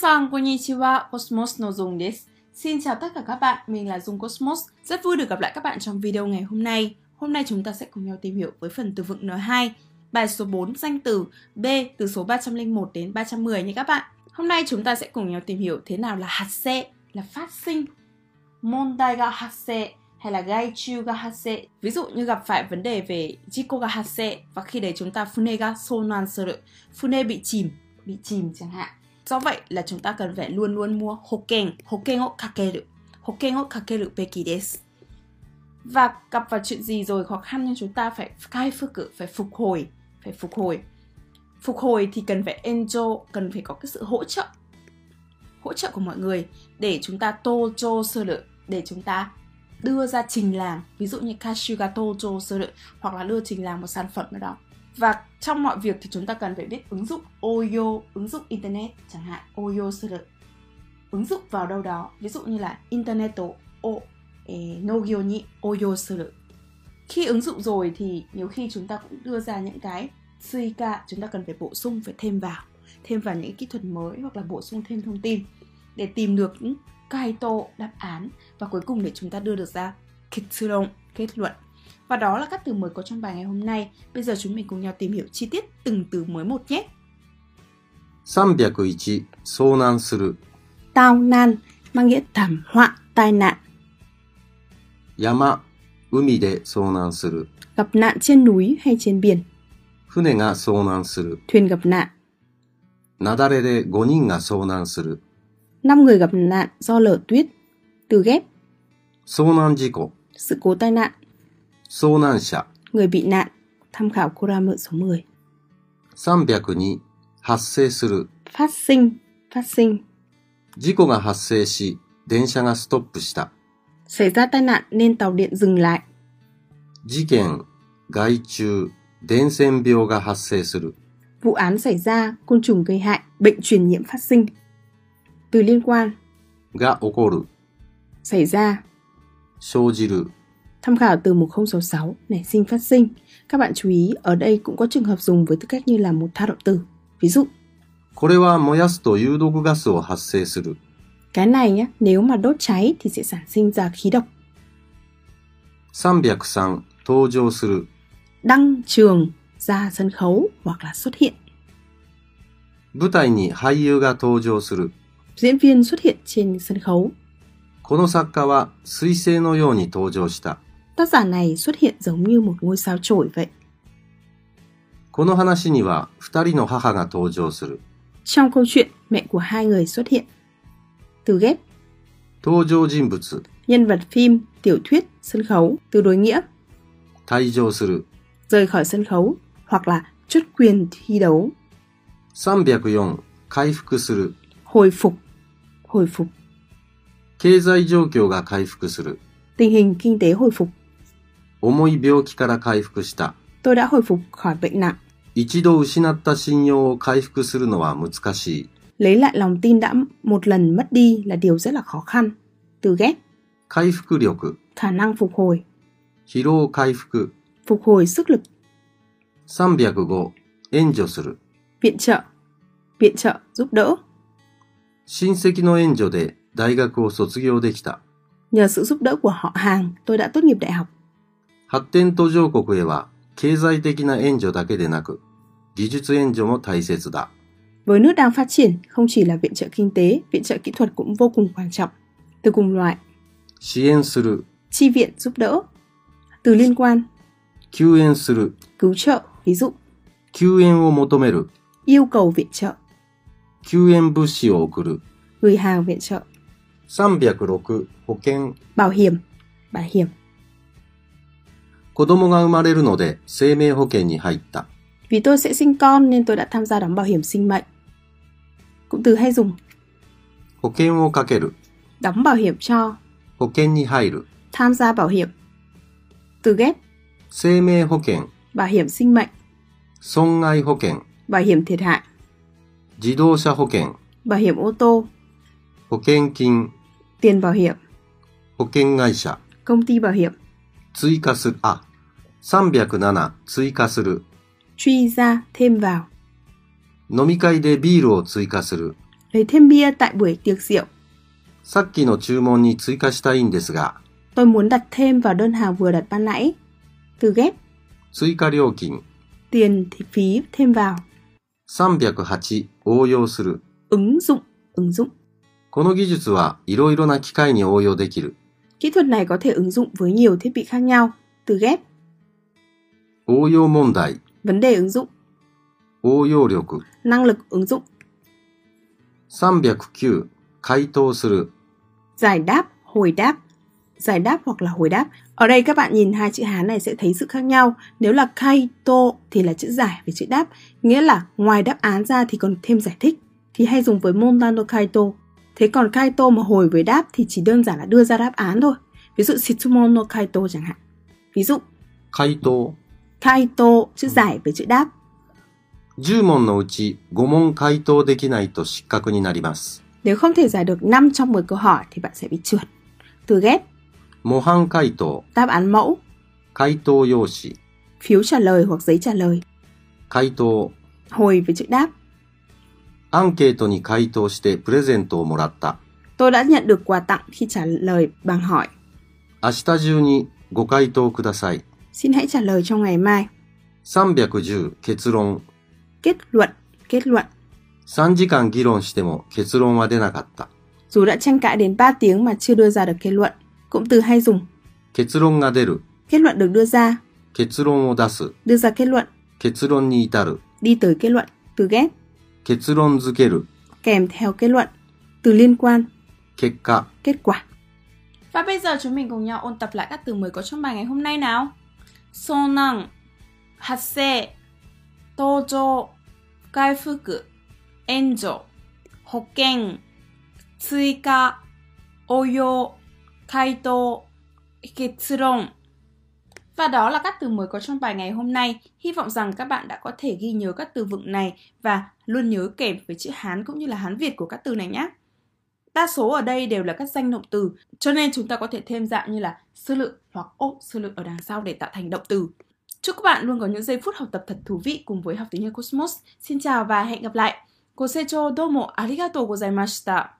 san, konnichiwa, Cosmos No Dung desu. Xin chào tất cả các bạn, mình là Dung Cosmos. Rất vui được gặp lại các bạn trong video ngày hôm nay. Hôm nay chúng ta sẽ cùng nhau tìm hiểu với phần từ vựng N2, bài số 4 danh từ B từ số 301 đến 310 nha các bạn. Hôm nay chúng ta sẽ cùng nhau tìm hiểu thế nào là hạt xe, là phát sinh. Mondai ga hatse hay là gaichu ga hatse. Ví dụ như gặp phải vấn đề về jiko ga hatse và khi đấy chúng ta fune ga sonan suru. Fune bị chìm, bị chìm chẳng hạn. Do vậy là chúng ta cần phải luôn luôn mua hoken, hoken o kakeru, hoken o kakeru beki desu. Và gặp vào chuyện gì rồi khó khăn nhưng chúng ta phải khai phục cử, phải phục hồi, phải phục hồi. Phục hồi thì cần phải enjo, cần phải có cái sự hỗ trợ, hỗ trợ của mọi người để chúng ta tojo suru, để chúng ta đưa ra trình làng, ví dụ như kashuga tojo suru, hoặc là đưa trình làng một sản phẩm nào đó và trong mọi việc thì chúng ta cần phải biết ứng dụng Oyo, ứng dụng Internet chẳng hạn Oyo suru ứng dụng vào đâu đó ví dụ như là Internet o eh, nogyo ni Oyo suru khi ứng dụng rồi thì nhiều khi chúng ta cũng đưa ra những cái suika chúng ta cần phải bổ sung phải thêm vào thêm vào những kỹ thuật mới hoặc là bổ sung thêm thông tin để tìm được những kaito đáp án và cuối cùng để chúng ta đưa được ra kitsuron kết luận và đó là các từ mới có trong bài ngày hôm nay. Bây giờ chúng mình cùng nhau tìm hiểu chi tiết từng từ mới một nhé. 301遭難する Tao nan mang nghĩa thảm họa, tai nạn, 山海で遭難する gặp nạn trên núi hay trên biển, 船が遭難する thuyền gặp nạn, 雪崩で5人が遭難する năm người gặp nạn do lở tuyết, từ ghép, 遭難事故 sự cố tai nạn, 遭難者 người bị nạn, tham khảo Kurama số 10. 302発生する Phát sinh, phát sinh, 事故が発生し電車がストップした xảy ra tai nạn nên tàu điện dừng lại, 事件害虫伝染病が発生する vụ án xảy ra, côn trùng gây hại, bệnh truyền nhiễm phát sinh. Từ liên quan, が起こる xảy ra, 生じる Tham khảo từ 1066, nảy sinh phát sinh. Các bạn chú ý, ở đây cũng có trường hợp dùng với tư cách như là một tha động từ. Ví dụ, これは燃やすと有毒ガスを発生する cái này nhá, nếu mà đốt cháy thì sẽ sản sinh ra khí độc. 303登場する Đăng trường, ra sân khấu hoặc là xuất hiện. 舞台に俳優が登場する Diễn viên xuất hiện trên sân khấu. この作家は彗星のように登場した。 Tác giả này xuất hiện giống như một ngôi sao trổi vậy. この話には二人の母が登場する。 Trong câu chuyện, mẹ của hai người xuất hiện. Từ ghép, 登場人物、 nhân vật phim, tiểu thuyết, sân khấu, từ đối nghĩa, 退場する。 rời khỏi sân khấu hoặc là chốt quyền thi đấu, 304、回復する。 hồi phục hồi phục 経済状況が回復する。 tình hình kinh tế hồi phục 重い病気から回復した。 tôi đã hồi phục khỏi bệnh nặng 一度失った信用を回復するのは難しい。 lấy lại lòng tin đã một lần mất đi là điều rất là khó khăn từ ghét 回復力、 khả năng phục hồi 疲労回復。 phục hồi sức lực 305、援助する。 viện trợ viện trợ giúp đỡ 親戚の援助で大学を卒業できた。 nhờ sự giúp đỡ của họ hàng tôi đã tốt nghiệp đại học 発展途上国へは経済的な援助だけでなく、技術援助も大切だ。 với nước đang phát triển không chỉ là viện trợ kinh tế viện trợ kỹ thuật cũng vô cùng quan trọng từ cùng loại 支援する、 chi viện giúp đỡ từ liên quan 救援する、 cứu trợ ví dụ 救援を求める、 yêu cầu viện trợ 救援物資を送る。 gửi hàng viện trợ 306、保険。 bảo hiểm bảo hiểm 子供が生まれるので生命保険に入った。 vì tôi sẽ sinh con nên tôi đã tham gia đóng bảo hiểm sinh mệnh cụm từ hay dùng 保険をかける、 đóng bảo hiểm cho 保険に入る。 tham gia bảo hiểm từ ghép 生命保険、 bảo hiểm sinh mệnh 損害保険、 bảo hiểm thiệt hại 自動車保険、 bảo hiểm ô tô 保険金、 tiền bảo hiểm 保険会社、 công ty bảo hiểm 追加する、あ、307、追加する。 truy ra thêm vào 飲み会でビールを追加する。 lấy thêm bia tại buổi tiệc rượu. さっきの注文に追加したいんですが、 Tôi muốn đặt thêm vào đơn hàng vừa đặt ban nãy. Từ ghép, 追加料金 tiền thì phí thêm vào. 308応用する。 Ứng dụng, ứng dụng. この技術はいろいろな機械に応用できる。 Kỹ thuật này có thể ứng dụng với nhiều thiết bị khác nhau. Từ ghép, 応用問題、 vấn đề ứng dụng, 応用力。 năng lực ứng dụng, 309回答する。 giải đáp, hồi đáp, giải đáp hoặc là hồi đáp. Ở đây các bạn nhìn hai chữ Hán này sẽ thấy sự khác nhau. Nếu là khai tô thì là chữ giải với chữ đáp, nghĩa là ngoài đáp án ra thì còn thêm giải thích, thì hay dùng với montano khai tô. Thế còn khai tô mà hồi với đáp thì chỉ đơn giản là đưa ra đáp án thôi. Ví dụ shitsumon no khai tô chẳng hạn. Ví dụ 回答 khai tô chữ giải với chữ đáp. 10問のうち5問回答できないと失格になります。 Nếu không thể giải được 5 trong 10 câu hỏi thì bạn sẽ bị trượt. Từ ghép, 模範回答、 đáp án mẫu, 回答用紙、 phiếu trả lời hoặc giấy trả lời, 回答、 hồi với chữ đáp. アンケートに回答してプレゼントをもらった。 Tôi đã nhận được quà tặng khi trả lời bằng hỏi. 明日中にご回答ください。 Xin hãy trả lời trong ngày mai. 310結論。 Kết luận, kết luận. 3時間議論しても結論は出なかった。 Dù đã tranh cãi đến 3 tiếng mà chưa đưa ra được kết luận. Cụm từ hay dùng. 結論が出る。 Kết luận được đưa ra, 結論を出す。 đưa ra kết luận, 結論に至る。 đi tới kết luận. Từ ghép, 結論づける。 kèm theo kết luận. Từ liên quan, 結果。 kết quả. Và bây giờ chúng mình cùng nhau ôn tập lại các từ mới có trong bài ngày hôm nay nào. Sô năng, hạt xê, tô dô, gai phu cử, en dô, hô keng, tsui ca, ô yô, khai tô, kết rộng. Và đó là các từ mới có trong bài ngày hôm nay. Hy vọng rằng các bạn đã có thể ghi nhớ các từ vựng này và luôn nhớ kèm với chữ Hán cũng như là Hán Việt của các từ này nhé. Đa số ở đây đều là các danh động từ, cho nên chúng ta có thể thêm dạng như là sư lự hoặc ô sư lự ở đằng sau để tạo thành động từ. Chúc các bạn luôn có những giây phút học tập thật thú vị cùng với học tiếng Nhật Cosmos. Xin chào và hẹn gặp lại. Kosecho domo arigatou gozaimashita.